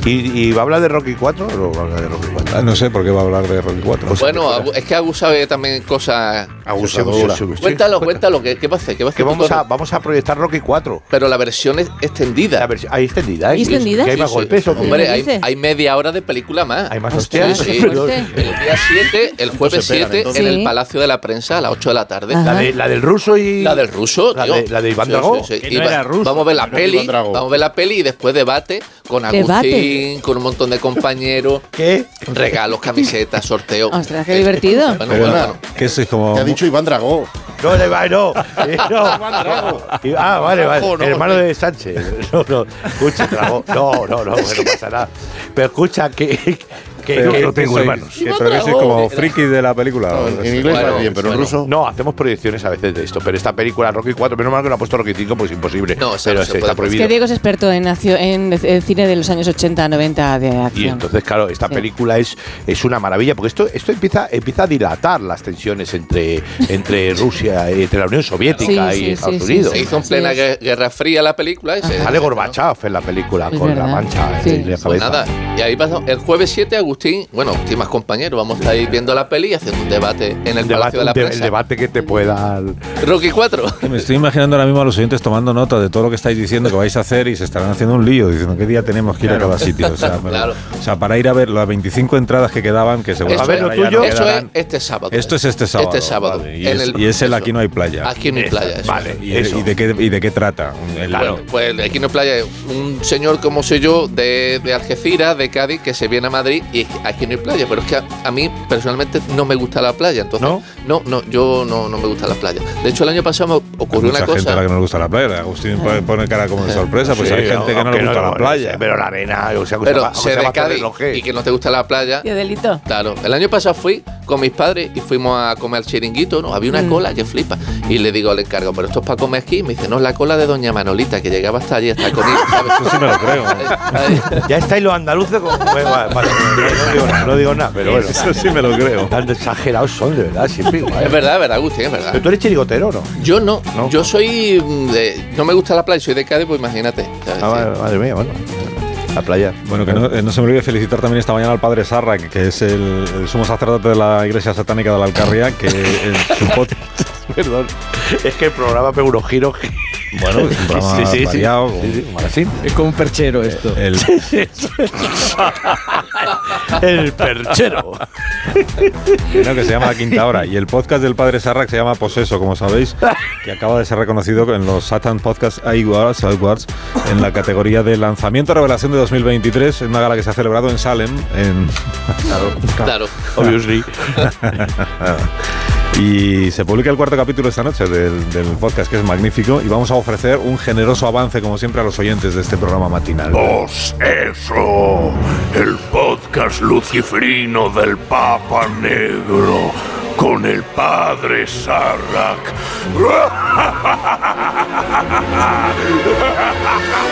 S5: ¿Y, y va a hablar de Rocky 4 o no va a hablar de Rocky Pues 4?
S1: Ah, No sé por qué va a hablar de Rocky 4.
S7: Bueno, Agu- es que Agus sabe también cosas.
S2: Abusadora.
S7: Cuéntalo, cuéntalo, ¿qué, qué va a hacer? ¿Qué va a
S5: Que
S7: hacer?
S5: vamos
S7: tú,
S5: a,
S7: Tony?
S5: vamos a proyectar Rocky 4.
S7: Pero la versión es
S5: La
S7: extendida.
S5: versión, ahí extendida, ¿eh?
S3: ¿Hay extendida?
S5: Que hay
S7: Sí,
S5: más
S7: sí.
S5: golpes. ¿o qué?
S7: Hombre,
S3: ¿Qué
S7: hay,
S3: dices?
S7: hay media hora de película más.
S5: Hay más
S3: Hostia,
S5: hostias.
S7: sí,
S5: Pero-
S3: fuerte.
S7: El día 7, el jueves
S2: se pegan,
S7: 7, en
S2: entonces.
S7: el
S3: Sí.
S7: Palacio de la Prensa a las 8 de la tarde.
S3: Ajá.
S5: La, de- la del ruso y.
S7: La del ruso,
S5: La
S7: tío.
S5: de- la de Iván
S7: Sí,
S5: Drago.
S7: sí, sí.
S4: Que no
S7: Iba-
S4: era ruso.
S7: Vamos a ver la
S2: Bueno,
S7: peli.
S2: Iván Drago.
S7: Vamos a ver la peli y después debate con Agustín,
S3: Debate.
S7: con un montón de compañeros.
S5: ¿Qué?
S7: Regalos, camisetas, sorteo.
S3: Ostras, qué divertido.
S7: Bueno,
S1: Pero,
S7: bueno, bueno.
S1: que sois como.
S2: Te ha dicho Iván Dragó.
S5: No, le va, no. Eh, no. Y- Ah, vale, vale.
S2: Drago, no,
S5: el hermano
S2: sí.
S5: de Sánchez. No, no. Escucha, Drago. No, no, no, no pasa nada. Pero escucha que. que,
S1: Pero
S5: que-
S1: que sois- que- Pero que sois como friki de la película.
S2: No,
S1: o
S2: en
S1: sea,
S2: inglés
S7: Bueno,
S2: va bien, pero en
S7: bueno.
S2: ruso.
S5: No, hacemos proyecciones a veces de esto, pero esta película Rocky 4, menos mal que no ha puesto Rocky 5, pues imposible.
S7: No, o sea,
S5: pero
S7: no se puede
S5: se
S7: hacer.
S5: está
S3: Es
S5: prohibido.
S3: que Diego es experto en, accio- en el cine de los años 80, 90 de acción.
S5: Y entonces, claro, esta
S3: Sí.
S5: película es, es una maravilla, porque esto, esto empieza, empieza a dilatar las tensiones entre, entre Rusia, eh, entre la Unión Soviética
S3: Sí, sí,
S5: y Estados
S3: sí, sí,
S5: Unidos.
S7: Se hizo en
S3: Así
S7: plena
S3: es.
S7: gue- Guerra Fría la película. Y se,
S5: Sale
S7: se-
S5: Gorbachev en la película
S3: Es
S5: con la
S3: verdad.
S5: mancha
S3: Sí.
S5: en la
S7: Pues
S5: cabeza.
S7: nada, y ahí pasó. El jueves 7, Agustín Agustín, bueno, Agustín más compañero, vamos a estar ahí viendo la peli y haciendo un debate en el
S5: debate,
S7: Palacio de la
S5: de- el
S7: Prensa.
S5: debate que te pueda dar.
S7: Rocky 4.
S1: Me estoy imaginando ahora mismo a los oyentes tomando nota de todo lo que estáis diciendo que vais a hacer y se estarán haciendo un lío, diciendo qué día tenemos que ir a cada sitio. O sea, pero-
S7: Claro.
S1: o sea, para ir a ver las 25 entradas que quedaban, que seguro
S7: Eso,
S1: que
S7: es,
S1: ahora ya no
S7: eso es
S1: quedarán.
S7: este sábado.
S1: Esto es este sábado.
S7: Este sábado.
S1: vale. Y,
S7: En
S1: es,
S7: el-
S1: y es el
S7: eso.
S1: Aquí no hay playa.
S7: Aquí no hay playa. eso.
S5: Vale,
S1: ¿Y,
S5: y
S1: de-
S5: eso.
S1: y de, qué, y de qué trata? El-
S7: Bueno, pues aquí no hay playa. es Un señor como soy yo de, de Algeciras, de Cádiz, que se viene a Madrid y es que aquí no hay playa. Pero es que a, a mí personalmente no me gusta la playa. Entonces,
S5: ¿No?
S7: no, no, yo no, no me gusta la playa. De hecho, el año pasado me
S1: Hay
S7: ocurrió
S1: mucha
S7: una
S1: gente a la
S7: cosa.
S1: que no le gusta la playa. Agustín pone- pone cara como de sorpresa, pues
S5: Sí,
S1: hay gente que no le
S5: aunque
S1: gusta la playa.
S5: Pero la arena, o sea, cosa
S7: Pero
S5: más- cosa
S7: sé
S5: más
S7: de Cádiz
S5: relojé.
S7: y que no te gusta la playa.
S3: Tío delito.
S7: Claro, el año pasado fui con mis padres y fuimos a comer al chiringuito, ¿no? Había una cola que flipa. Y le digo al encargo, pero esto es para comer aquí. Y me dice, no, es la cola de Doña Manolita, que llegaba hasta allí, hasta con
S1: Eso sí me lo creo.
S5: Ya estáis los andaluces con. Pues, Bueno, vale, vale, no, digo nada, no digo nada, pero bueno.
S1: Eso sí me lo creo.
S5: Tan exagerados son, de verdad, siempre
S1: ¿eh?
S5: igual.
S7: Es verdad, es verdad, Agustín, es verdad.
S5: Pero tú eres chirigotero, ¿no?
S7: Yo no,
S5: No.
S7: yo soy. mm, de- no me gusta la playa, soy de Cádiz, pues imagínate. ¿sabes?
S5: Ah, madre, madre mía, bueno. La playa.
S1: Bueno, que no, eh, no se me olvide felicitar también esta mañana al padre Sarra, que- que es el, el sumo sacerdote de la Iglesia Satánica de la Alcarria, que en su podcast.
S5: Perdón. Es que el programa pega unos giros. que-
S1: Bueno, es un programa
S5: Sí, sí, sí.
S1: variado,
S5: Sí, sí, ahora sí.
S4: Es como un perchero esto.
S1: el-
S5: El perchero.
S1: bueno, que se llama La Quinta Hora. Y el podcast del padre Sarra, que se llama Poseso, como sabéis, que acaba de ser reconocido en los Satan Podcast Awards, Awards, en la categoría de lanzamiento revelación de 2023, en una gala que se ha celebrado en Salem, en,
S7: Claro.
S5: Obviously.
S1: Y se publica el cuarto capítulo esta noche del, del podcast, que es magnífico, y vamos a ofrecer un generoso avance, como siempre, a los oyentes de este programa matinal.
S10: Pues eso, el podcast luciferino del Papa Negro con el padre Sarrak.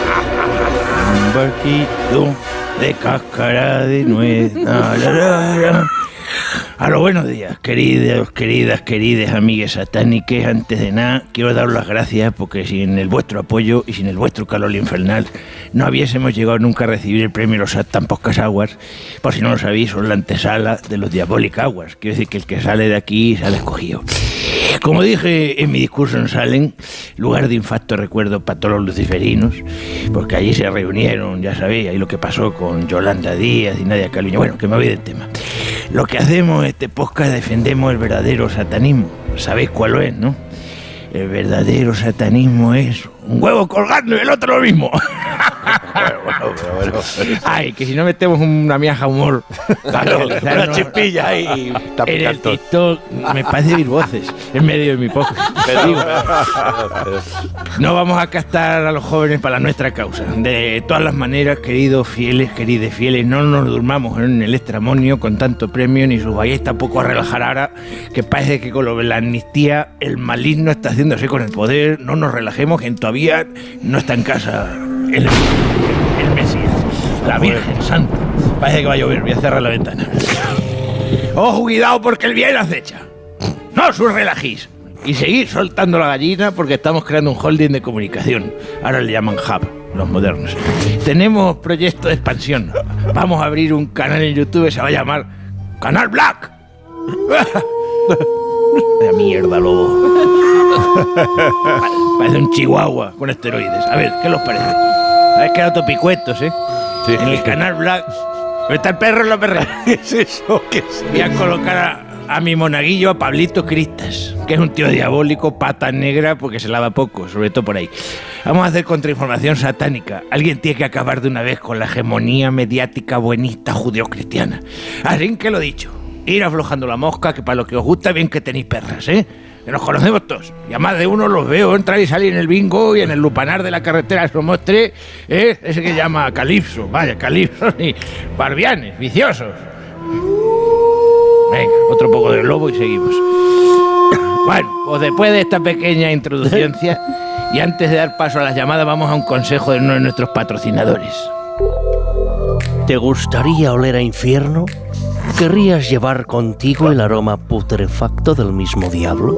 S4: Un barquito de cáscara de nuez. Na, la, la, la. A los buenos días, queridos, queridas, queridas amigas satánicas. Antes de nada, quiero daros las gracias porque sin el vuestro apoyo y sin el vuestro calor infernal no hubiésemos llegado nunca a recibir el premio Los Satan Podcast Awards. Por si no lo sabéis, son la antesala de los Diabolic Awards. Quiero decir que el que sale de aquí sale escogido. Como dije en mi discurso en Salem, lugar de infarto recuerdo para todos los luciferinos, porque allí se reunieron, ya sabéis, ahí lo que pasó con Yolanda Díaz y Nadia Calviño. Bueno, que me voy del tema. Lo que hacemos en este podcast defendemos el verdadero satanismo. Sabéis cuál lo es, ¿no? El verdadero satanismo es un huevo colgando y el otro lo mismo.
S5: Bueno, pero bueno.
S4: Ay, que si no metemos una miaja humor.
S5: Una chispilla ahí.
S4: En el
S5: Tapicantón.
S4: TikTok me parece oír voces en medio de mi podcast. Digo, no vamos a castar a los jóvenes para nuestra causa. De todas las maneras, queridos fieles, queridos fieles, no nos durmamos en el extramonio con tanto premio ni sus ballestas poco a relajar ahora, que parece que con lo de la amnistía el maligno está haciéndose con el poder. No nos relajemos, que todavía no está en casa el, el Mesías, la Virgen Santa. Parece que va a llover, voy a cerrar la ventana. Ojo, cuidado porque el bien acecha. No os relajís. Y seguir soltando la gallina porque estamos creando un holding de comunicación. Ahora le llaman Hub, los modernos. Tenemos proyecto de expansión. Vamos a abrir un canal en YouTube, se va a llamar Canal Black. De mierda, lobo. Pa- Parece un chihuahua con esteroides. A ver, ¿qué os parece? Habéis quedado picuetos, ¿eh?
S5: Sí.
S4: En el Canal Black. ¿Dónde está el perro en la perra?
S5: es eso? ¿Qué es?
S4: Voy a colocar a, a mi monaguillo, a Pablito Cristas, que es un tío diabólico, pata negra, porque se lava poco, sobre todo por ahí. Vamos a hacer contrainformación satánica. Alguien tiene que acabar de una vez con la hegemonía mediática buenista judeocristiana. Así que lo dicho, ir aflojando la mosca, que para lo que os gusta, bien que tenéis perras, ¿eh? Que nos conocemos todos. Y a más de uno los veo entrar y salir en el bingo y en el lupanar de la carretera somos tres, ¿eh? Ese que llama Calipso, vaya, Calipso y Barbianes, viciosos. Venga, otro poco de lobo y seguimos. Bueno, pues después de esta pequeña introducción y antes de dar paso a las llamadas, vamos a un consejo de uno de nuestros patrocinadores.
S6: ¿Te gustaría oler a infierno? ¿Querrías llevar contigo el aroma putrefacto del mismo diablo?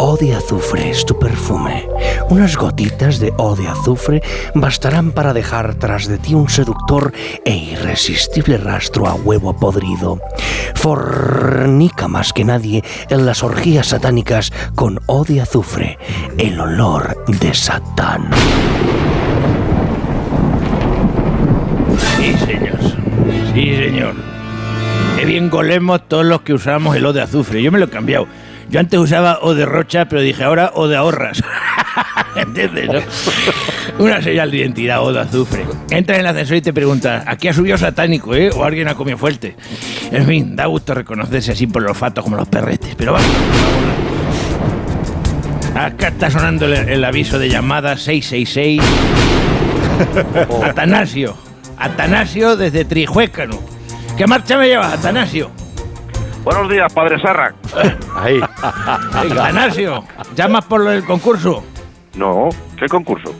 S6: O de azufre es tu perfume. Unas gotitas de O de azufre bastarán para dejar tras de ti un seductor e irresistible rastro a huevo podrido. Fornica más que nadie en las orgías satánicas con O de azufre, el olor de Satán.
S4: Sí, señor. Sí, señor. Qué bien golemos todos los que usamos el O de azufre. Yo me lo he cambiado. Yo antes usaba O de rocha, pero dije ahora O de ahorras. ¿Entiendes? no? Una señal de identidad, O de azufre. Entras en el ascensor y te preguntas, aquí ha subido satánico, ¿eh? O alguien ha comido fuerte. En fin, da gusto reconocerse así por los olfato como los perretes. Pero vamos. vamos. Acá está sonando el, el aviso de llamada 666. Atanasio. Atanasio desde Trijuécano. ¿Qué marcha me llevas, Atanasio?
S11: Buenos días, padre Sarra.
S5: Ahí.
S4: Atanasio, ¿llamas por el concurso?
S11: No, ¿qué concurso?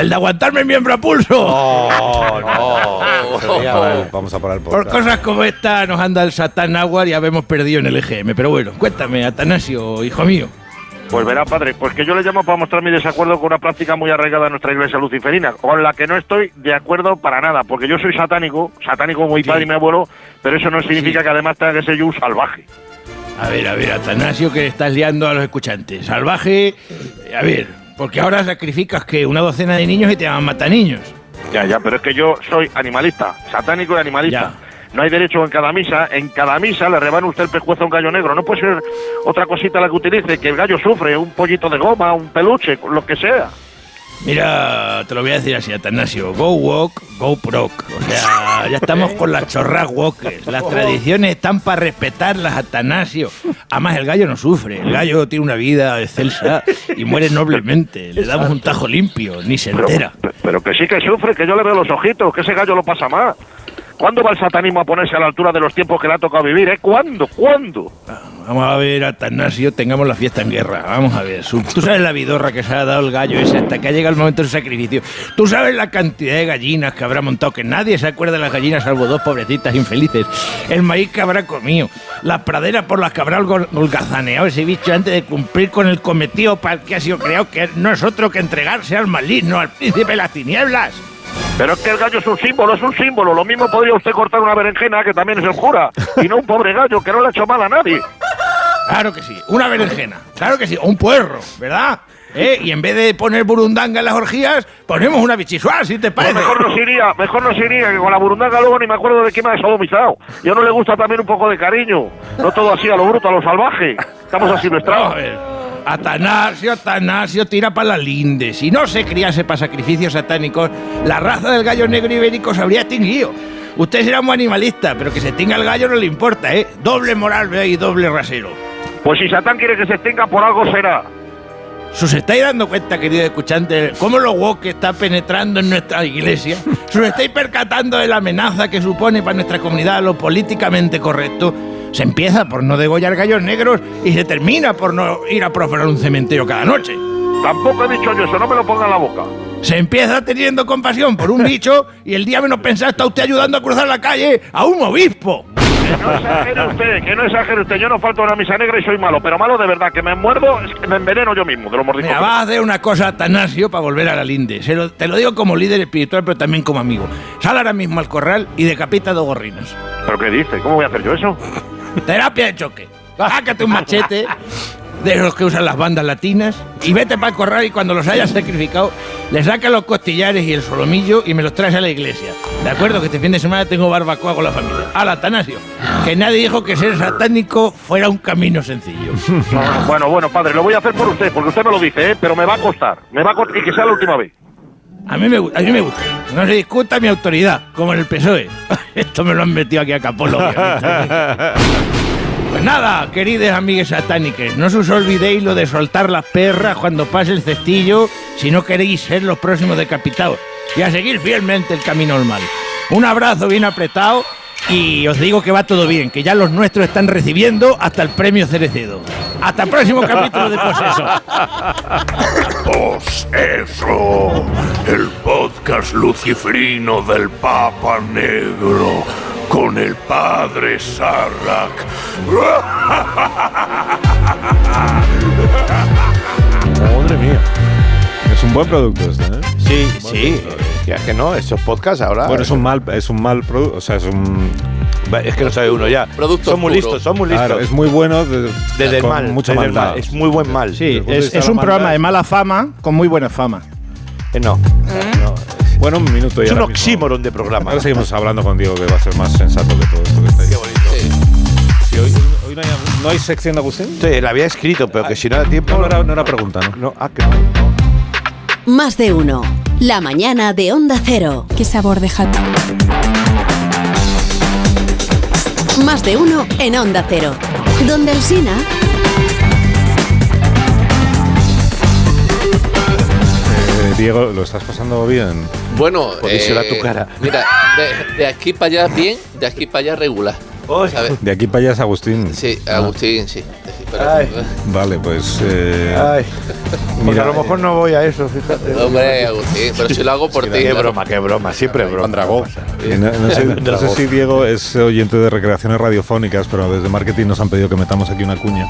S4: El de aguantarme el miembro a pulso.
S5: No, no. Sería mal.
S1: Vamos a parar el
S4: Por
S1: podcast.
S4: cosas como esta nos anda el Satán Aguar y habemos perdido en el EGM. Pero bueno, cuéntame, Atanasio, hijo mío.
S11: Pues verá, padre, pues que yo le llamo para mostrar mi desacuerdo con una práctica muy arraigada en nuestra iglesia luciferina, con la que no estoy de acuerdo para nada, porque yo soy satánico, satánico como mi padre y mi abuelo, pero eso no significa que además tenga que ser yo un salvaje.
S4: A ver, a ver, Atanasio, que estás liando a los escuchantes. Salvaje, eh, a ver, porque ahora sacrificas que una docena de niños y te van a matar niños.
S11: Ya, ya, pero es que yo soy animalista, satánico y animalista. No hay derecho en cada misa, en cada misa le rebana usted el pescuezo a un gallo negro. No puede ser otra cosita la que utilice, que el gallo sufre, un pollito de goma, un peluche, lo que sea.
S4: Mira, te lo voy a decir así, Atanasio. Go walk, go proc. O sea, ya estamos con las chorras walkers. Las tradiciones están para respetarlas, Atanasio. Además, el gallo no sufre. El gallo tiene una vida excelsa y muere noblemente. Le damos un tajo limpio, ni se entera.
S11: Pero que sí que sufre, que yo le veo los ojitos, que ese gallo lo pasa más. ¿Cuándo va el satanismo a ponerse a la altura de los tiempos que le ha tocado vivir? ¿Eh? ¿Cuándo? ¿Cuándo?
S4: Vamos a ver, Atanasio, tengamos la fiesta en guerra. Vamos a ver. Su- Tú sabes la vidorra que se ha dado el gallo ese hasta que ha llegado el momento del sacrificio. Tú sabes la cantidad de gallinas que habrá montado, que nadie se acuerda de las gallinas salvo dos pobrecitas infelices. El maíz que habrá comido, la pradera por las que habrá holgo- holgazaneado ese bicho antes de cumplir con el cometido para el que ha sido creado, que no es otro que entregarse al maligno, al príncipe de las tinieblas.
S11: Pero es que el gallo es un símbolo, es un símbolo. Lo mismo podría usted cortar una berenjena, que también es el cura, y no un pobre gallo que no le ha hecho mal a nadie.
S4: Claro que sí, una berenjena, claro que sí, o un puerro, ¿verdad? ¿Eh? Y en vez de poner burundanga en las orgías, ponemos una bichisuá, si te parece.
S11: Mejor nos iría, mejor nos iría, que con la burundanga luego ni me acuerdo de quién me ha desodomizado. Yo no le gusta también un poco de cariño. No todo así a lo bruto, a lo salvaje. Estamos así
S4: Vamos a
S11: nuestra.
S4: ver. Atanasio, Atanasio, tira para las lindes. Si no se criase para sacrificios satánicos, la raza del gallo negro ibérico se habría extinguido. Usted será muy animalista, pero que se extinga el gallo no le importa, ¿eh? Doble moral, veo, y doble rasero.
S11: Pues si Satán quiere que se extinga por algo será.
S4: Si ¿Os estáis dando cuenta, queridos escuchantes, cómo los woke está penetrando en nuestra iglesia? ¿Si ¿Os estáis percatando de la amenaza que supone para nuestra comunidad lo políticamente correcto? Se empieza por no degollar gallos negros y se termina por no ir a profanar un cementerio cada noche.
S11: Tampoco he dicho yo eso, no me lo ponga en la boca.
S4: Se empieza teniendo compasión por un bicho y el día menos pensado está usted ayudando a cruzar la calle a un obispo.
S11: Que no exagere usted, que no exagere usted. Yo no falto a una misa negra y soy malo, pero malo de verdad, que me muerdo, es que me enveneno yo mismo de los mordiscos.
S4: Mira, vas a hacer una cosa, Atanasio, para volver a la linde. Se lo- te lo digo como líder espiritual, pero también como amigo. Sal ahora mismo al corral y decapita dos gorrinos.
S11: ¿Pero qué dice? ¿Cómo voy a hacer yo eso?
S4: Terapia de choque. Sácate un machete de los que usan las bandas latinas y vete para el corral y cuando los hayas sacrificado, le sacas los costillares y el solomillo y me los traes a la iglesia. De acuerdo que este fin de semana tengo barbacoa con la familia. Al Atanasio, que nadie dijo que ser satánico fuera un camino sencillo.
S11: Bueno, bueno, bueno, padre, lo voy a hacer por usted, porque usted me lo dice, ¿eh? pero me va a costar. Me va a costar y que sea la última vez.
S4: A mí me, gu- a mí me gusta. No se discuta mi autoridad, como en el PSOE. E. Esto me lo han metido aquí a Capolo. obviamente. Pues nada, queridos amigues satánicos, no se os olvidéis lo de soltar las perras cuando pase el cestillo si no queréis ser los próximos decapitados y a seguir fielmente el camino al mal. Un abrazo bien apretado y os digo que va todo bien, que ya los nuestros están recibiendo hasta el premio Cerecedo. Hasta el próximo capítulo de Poseso.
S10: Pues eso, el podcast lucifrino del Papa Negro con el padre Sarrak.
S5: Madre mía.
S1: Es un buen producto este, ¿eh?
S5: Sí, sí. Ya es que no, esos podcasts ahora.
S1: Bueno, es un mal, es un mal producto, o sea, es un...
S5: Es que no sabe uno ya.
S1: Producto
S5: son muy
S1: puro.
S5: listos, son muy listos.
S1: Claro, es muy bueno de-
S5: desde el
S1: con
S5: mal.
S1: mucha
S5: desde el
S1: maldad.
S5: mal, Es muy buen mal.
S4: Sí, es, es un programa de mala fama con muy buena fama.
S5: Eh, no.
S1: Bueno, un minuto ya.
S5: Es un
S1: oxímoron de programa. Ahora seguimos hablando con Diego, que va a ser más sensato que todo esto que está Qué bonito. hoy, hoy no, hay, ¿no hay sección de Agustín? Ah,
S5: Sí, la había escrito, pero que si no da tiempo.
S1: No, no era, no era pregunta, ¿no?
S5: No, ah, que
S9: Más de uno. La mañana de Onda Cero. ¿Qué sabor deja? Más de uno en Onda Cero. Donde el Sina.
S1: Eh, Diego, ¿lo estás pasando bien?
S7: Bueno, eh,
S1: Porque se da tu cara.
S7: Mira, de, de aquí para allá bien, de aquí para allá regular. ¿sabes?
S1: De aquí para allá es Eh. Agustín. Ah.
S7: Sí, Agustín, sí. De aquí para
S5: Ay.
S7: allá.
S1: Vale, pues... eh,
S5: Ay. Pues
S1: Mira,
S5: a lo mejor no voy a eso, fíjate.
S7: Hombre, Agustín, pero si lo hago por ti.
S5: Qué
S7: claro.
S5: broma, qué broma, siempre broma.
S1: Eh, No, no sé, no sé si Diego es oyente de recreaciones radiofónicas, pero desde marketing nos han pedido que metamos aquí una cuña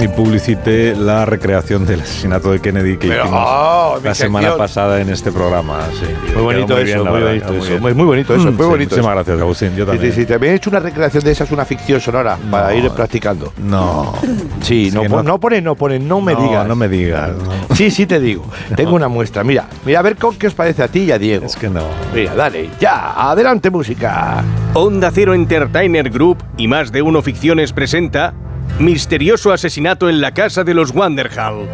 S1: y publicité la recreación del asesinato de Kennedy que
S5: Pero,
S1: hicimos
S5: oh, mi
S1: la semana
S5: sección.
S1: pasada en este programa. sí. Quedó
S5: Muy bonito
S1: bien,
S5: eso,
S1: la
S5: muy
S1: verdad,
S5: bonito
S1: quedó
S5: eso,
S1: bien.
S5: muy- muy bonito eso,
S1: Mm,
S5: muy bonito
S1: Muchísimas
S5: eso.
S1: gracias, Agustín. Yo
S5: Sí,
S1: también.
S5: sí, sí, también he hecho una recreación de esas, una ficción sonora, para ir practicando.
S1: No.
S5: Sí, no,
S1: que
S5: pon-
S1: no-
S5: no pones, no pones, no me
S1: No,
S5: digas.
S1: no me digas. no.
S5: Sí, sí te digo. Tengo una muestra. Mira, mira, a ver con qué os parece a ti y a Diego.
S1: Es que no.
S5: Mira, dale, ya, adelante música.
S12: Onda Cero Entertainer Group y más de uno Ficciones presenta Misterioso asesinato en la casa de los Wanderhall.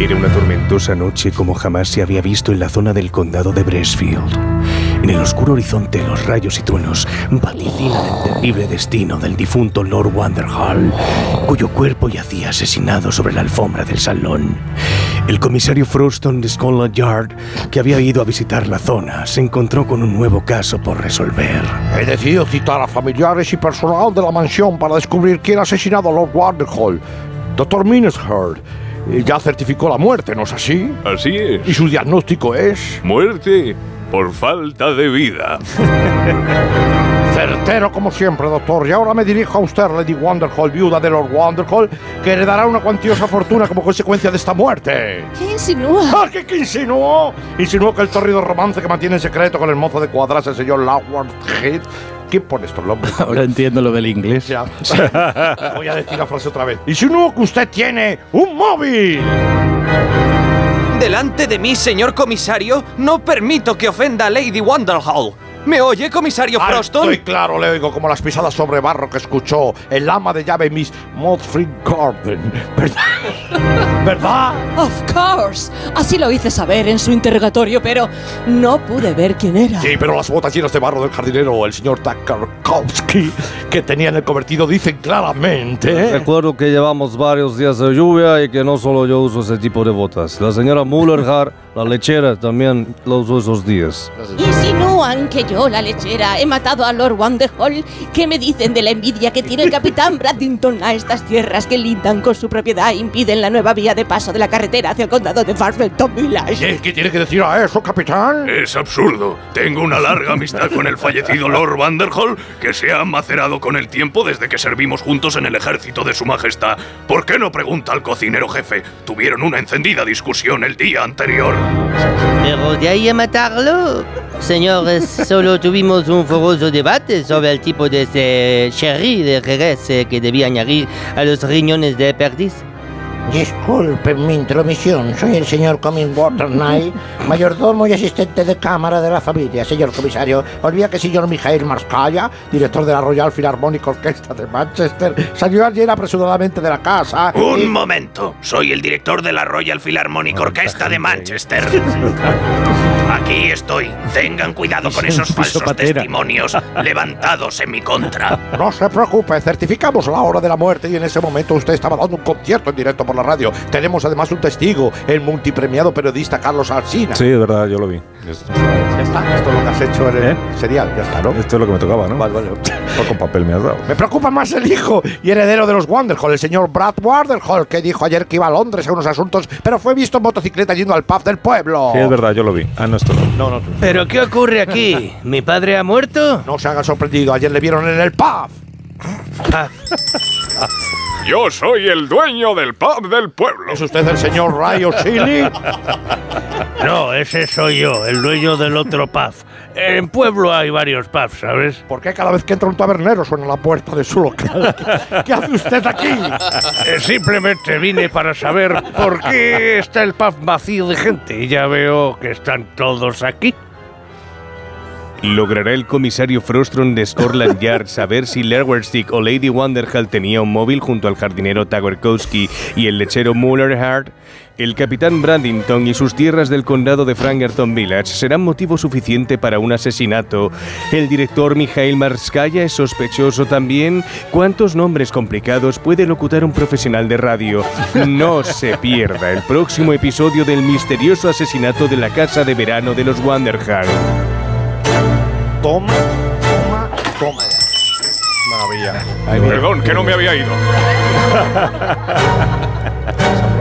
S12: Era una tormentosa noche como jamás se había visto en la zona del condado de Bresfield. En el oscuro horizonte los rayos y truenos vaticinan el terrible destino del difunto Lord Wanderhall, cuyo cuerpo yacía asesinado sobre la alfombra del salón. El comisario Froston de Scotland Yard, que había ido a visitar la zona, se encontró con un nuevo caso por resolver.
S5: He decidido citar a familiares y personal de la mansión para descubrir quién ha asesinado a Lord Wardenhall. Dr. Minishard eh, ya certificó la muerte, ¿no es así?
S10: Así es.
S5: Y su diagnóstico es...
S10: Muerte por falta de vida.
S5: Certero como siempre, doctor. Y ahora me dirijo a usted, Lady Wanderhall, viuda de Lord Wanderhall, que heredará una cuantiosa fortuna como consecuencia de esta muerte.
S3: ¿Qué insinúa?
S5: ¡Ah, qué, qué insinuó! Insinuó que el torrido romance que mantiene en secreto con el mozo de cuadras, el señor Lawrence Head. ¿Quién pone estos nombres?
S4: Ahora entiendo lo del inglés.
S5: Ya. Voy a decir la frase otra vez. Insinuó que usted tiene un móvil.
S13: Delante de mí, señor comisario, no permito que ofenda a Lady Wanderhall. ¿Me oye, comisario
S5: Ah,
S13: Froston?
S5: Estoy claro, le oigo como las pisadas sobre barro que escuchó el ama de llave Miss Mothfrey Garden. ¿Verdad? ¿Verdad?
S14: Of course. Así lo hice saber en su interrogatorio, pero no pude ver quién era.
S5: Sí, pero las botas llenas de barro del jardinero, el señor Takarkovsky, que tenía en el convertido, dicen claramente. ¿eh?
S15: Recuerdo que llevamos varios días de lluvia y que no solo yo uso ese tipo de botas. La señora Mullerhar, la lechera, también la usó esos días.
S14: Insinúan que yo, la lechera, he matado a Lord Wanderhall. ¿Qué me dicen de la envidia que tiene el capitán Braddington a estas tierras que lindan con su propiedad e impiden la nueva vía de paso de la carretera hacia el condado de Farmington Village?
S5: ¿Qué tiene que decir a eso, capitán?
S10: Es absurdo. Tengo una larga amistad con el fallecido Lord Vanderhall que se ha macerado con el tiempo desde que servimos juntos en el ejército de su majestad. ¿Por qué no pregunta al cocinero jefe? Tuvieron una encendida discusión el día anterior.
S16: Pero de ahí a matarlo, señores, solo tuvimos un furioso debate sobre el tipo de ese sherry de jerez eh, que debía añadir a los riñones de perdiz.
S17: Disculpen mi intromisión, soy el señor Coming Water Knight, mayordomo y asistente de cámara de la familia, señor comisario. Olvida que el señor Mijail Marskaya, director de la Royal Philharmonic Orchestra de Manchester, salió ayer apresuradamente de la casa.
S10: Un momento. Soy el director de la Royal Philharmonic Orquesta de Manchester. Aquí estoy. Tengan cuidado con esos falsos testimonios levantados en mi contra.
S5: No se preocupe, certificamos la hora de la muerte y en ese momento usted estaba dando un concierto en directo por la radio. Tenemos además un testigo, el multipremiado periodista Carlos Alsina.
S1: Sí, es verdad, yo lo vi.
S5: Ya está, esto es lo que has hecho en el serial, ya está, ¿no?
S1: Esto es lo que me tocaba, ¿no? Vale,
S5: vale.
S1: Con papel me has dado.
S5: Me preocupa más el hijo y heredero de los Wanderhall, el señor Brad Wanderhall, que dijo ayer que iba a Londres a unos asuntos, pero fue visto en motocicleta yendo al pub del pueblo.
S1: Sí, es verdad, yo lo vi. Ah, no, esto no.
S5: No, no.
S16: ¿Pero qué ocurre aquí? ¿Mi padre ha muerto?
S5: No se hagan sorprendido, ayer le vieron en el pub.
S17: Yo soy el dueño del pub del pueblo. ¿Es
S11: usted el señor Rayo Chili?
S6: No, ese soy yo, el dueño del otro pub. En pueblo hay varios pubs, ¿sabes?
S5: ¿Por qué cada vez que entra un tabernero suena la puerta de su local? ¿Qué, qué hace usted aquí?
S6: Eh, Simplemente vine para saber por qué está el pub vacío de gente. Ya veo que están todos aquí.
S12: ¿Logrará el comisario Frostron de Scotland Yard saber si Lerwerstick o Lady Wanderhall tenía un móvil junto al jardinero Tawerkowski y el lechero Mullerhard? El capitán Brandington y sus tierras del condado de Frankerton Village serán motivo suficiente para un asesinato. ¿El director Mikhail Marskaya es sospechoso también? ¿Cuántos nombres complicados puede locutar un profesional de radio? No se pierda el próximo episodio del misterioso asesinato de la casa de verano de los Wanderhard.
S5: Toma, toma, toma.
S1: Maravilla.
S17: Perdón, que no me había ido.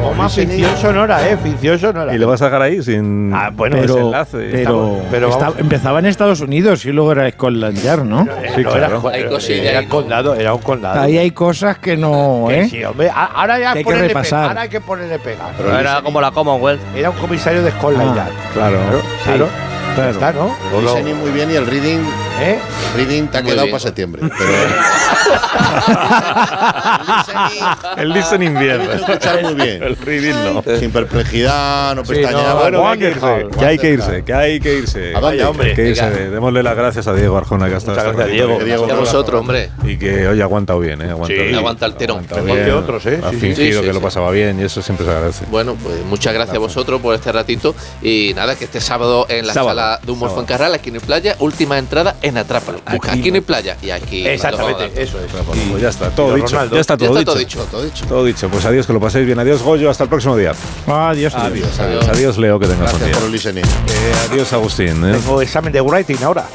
S5: Toma ficción sonora, eh. Ficción sonora.
S1: ¿Y lo vas a dejar ahí sin ah,
S4: Bueno, pero, pero, está- empezaba en Estados Unidos y luego era Scotland Yard, ¿no?
S5: No, era, era- era condado, era un condado.
S4: Ahí hay cosas que no,
S5: Que
S4: ¿eh?
S5: sí, hombre. A- Ahora ya
S4: Que hay que
S5: ponerle pega,
S4: repasar.
S5: ahora hay que ponerle pega.
S4: Pero era
S5: como la Commonwealth. Era un comisario de Scotland Yard.
S1: Ah, Claro.
S5: Claro. Ya Está, ¿no?
S11: El listening muy bien y el reading.
S5: ¿Eh?
S11: Reading te ha
S5: Muy
S11: quedado
S5: bien.
S11: para septiembre.
S1: El listening bien.
S11: escuchar muy bien.
S1: El reading no.
S11: Sin perplejidad, no
S1: Sí, no,
S11: pestañeaba.
S1: bueno, que hay que irse, que hay que irse, que hay que irse.
S11: ¿A
S1: Hay
S11: dónde, hombre?
S1: que irse.
S11: Venga.
S1: Démosle las gracias a Diego Arjona que ha estado
S11: Muchas
S1: este
S11: gracias,
S1: ratito.
S11: Diego.
S7: Y a vosotros, hombre.
S1: Y que, oye, ha aguantado bien, ¿eh? Ha aguantado
S7: Sí,
S1: bien.
S7: aguanta el tirón.
S1: Está
S7: Mejor
S1: bien.
S7: que otros, ¿eh?
S1: Ha
S7: Sí, sí.
S1: fingido
S7: Sí, sí,
S1: que lo
S7: sí.
S1: pasaba bien y eso siempre se agradece.
S7: Bueno, pues muchas gracias a vosotros por este ratito. Y nada, que este sábado en la
S1: Sábado,
S7: sala de humor
S1: sábado.
S7: Fuencarral, aquí en Playa, última entrada en Atrápalo. Busca aquí en Playa y aquí.
S16: Exactamente,
S7: eso es.
S1: Pues ya está, todo dicho. Ya está todo dicho.
S7: todo dicho.
S1: Todo dicho. Pues adiós, que lo paséis bien. Adiós, Goyo. Hasta el próximo día.
S4: Adiós,
S1: Adiós, adiós. Adiós, Leo, que tengas
S11: Gracias por el
S1: buen día.
S11: listening.
S1: Eh, adiós, Agustín. ¿eh?
S16: Tengo examen de writing ahora.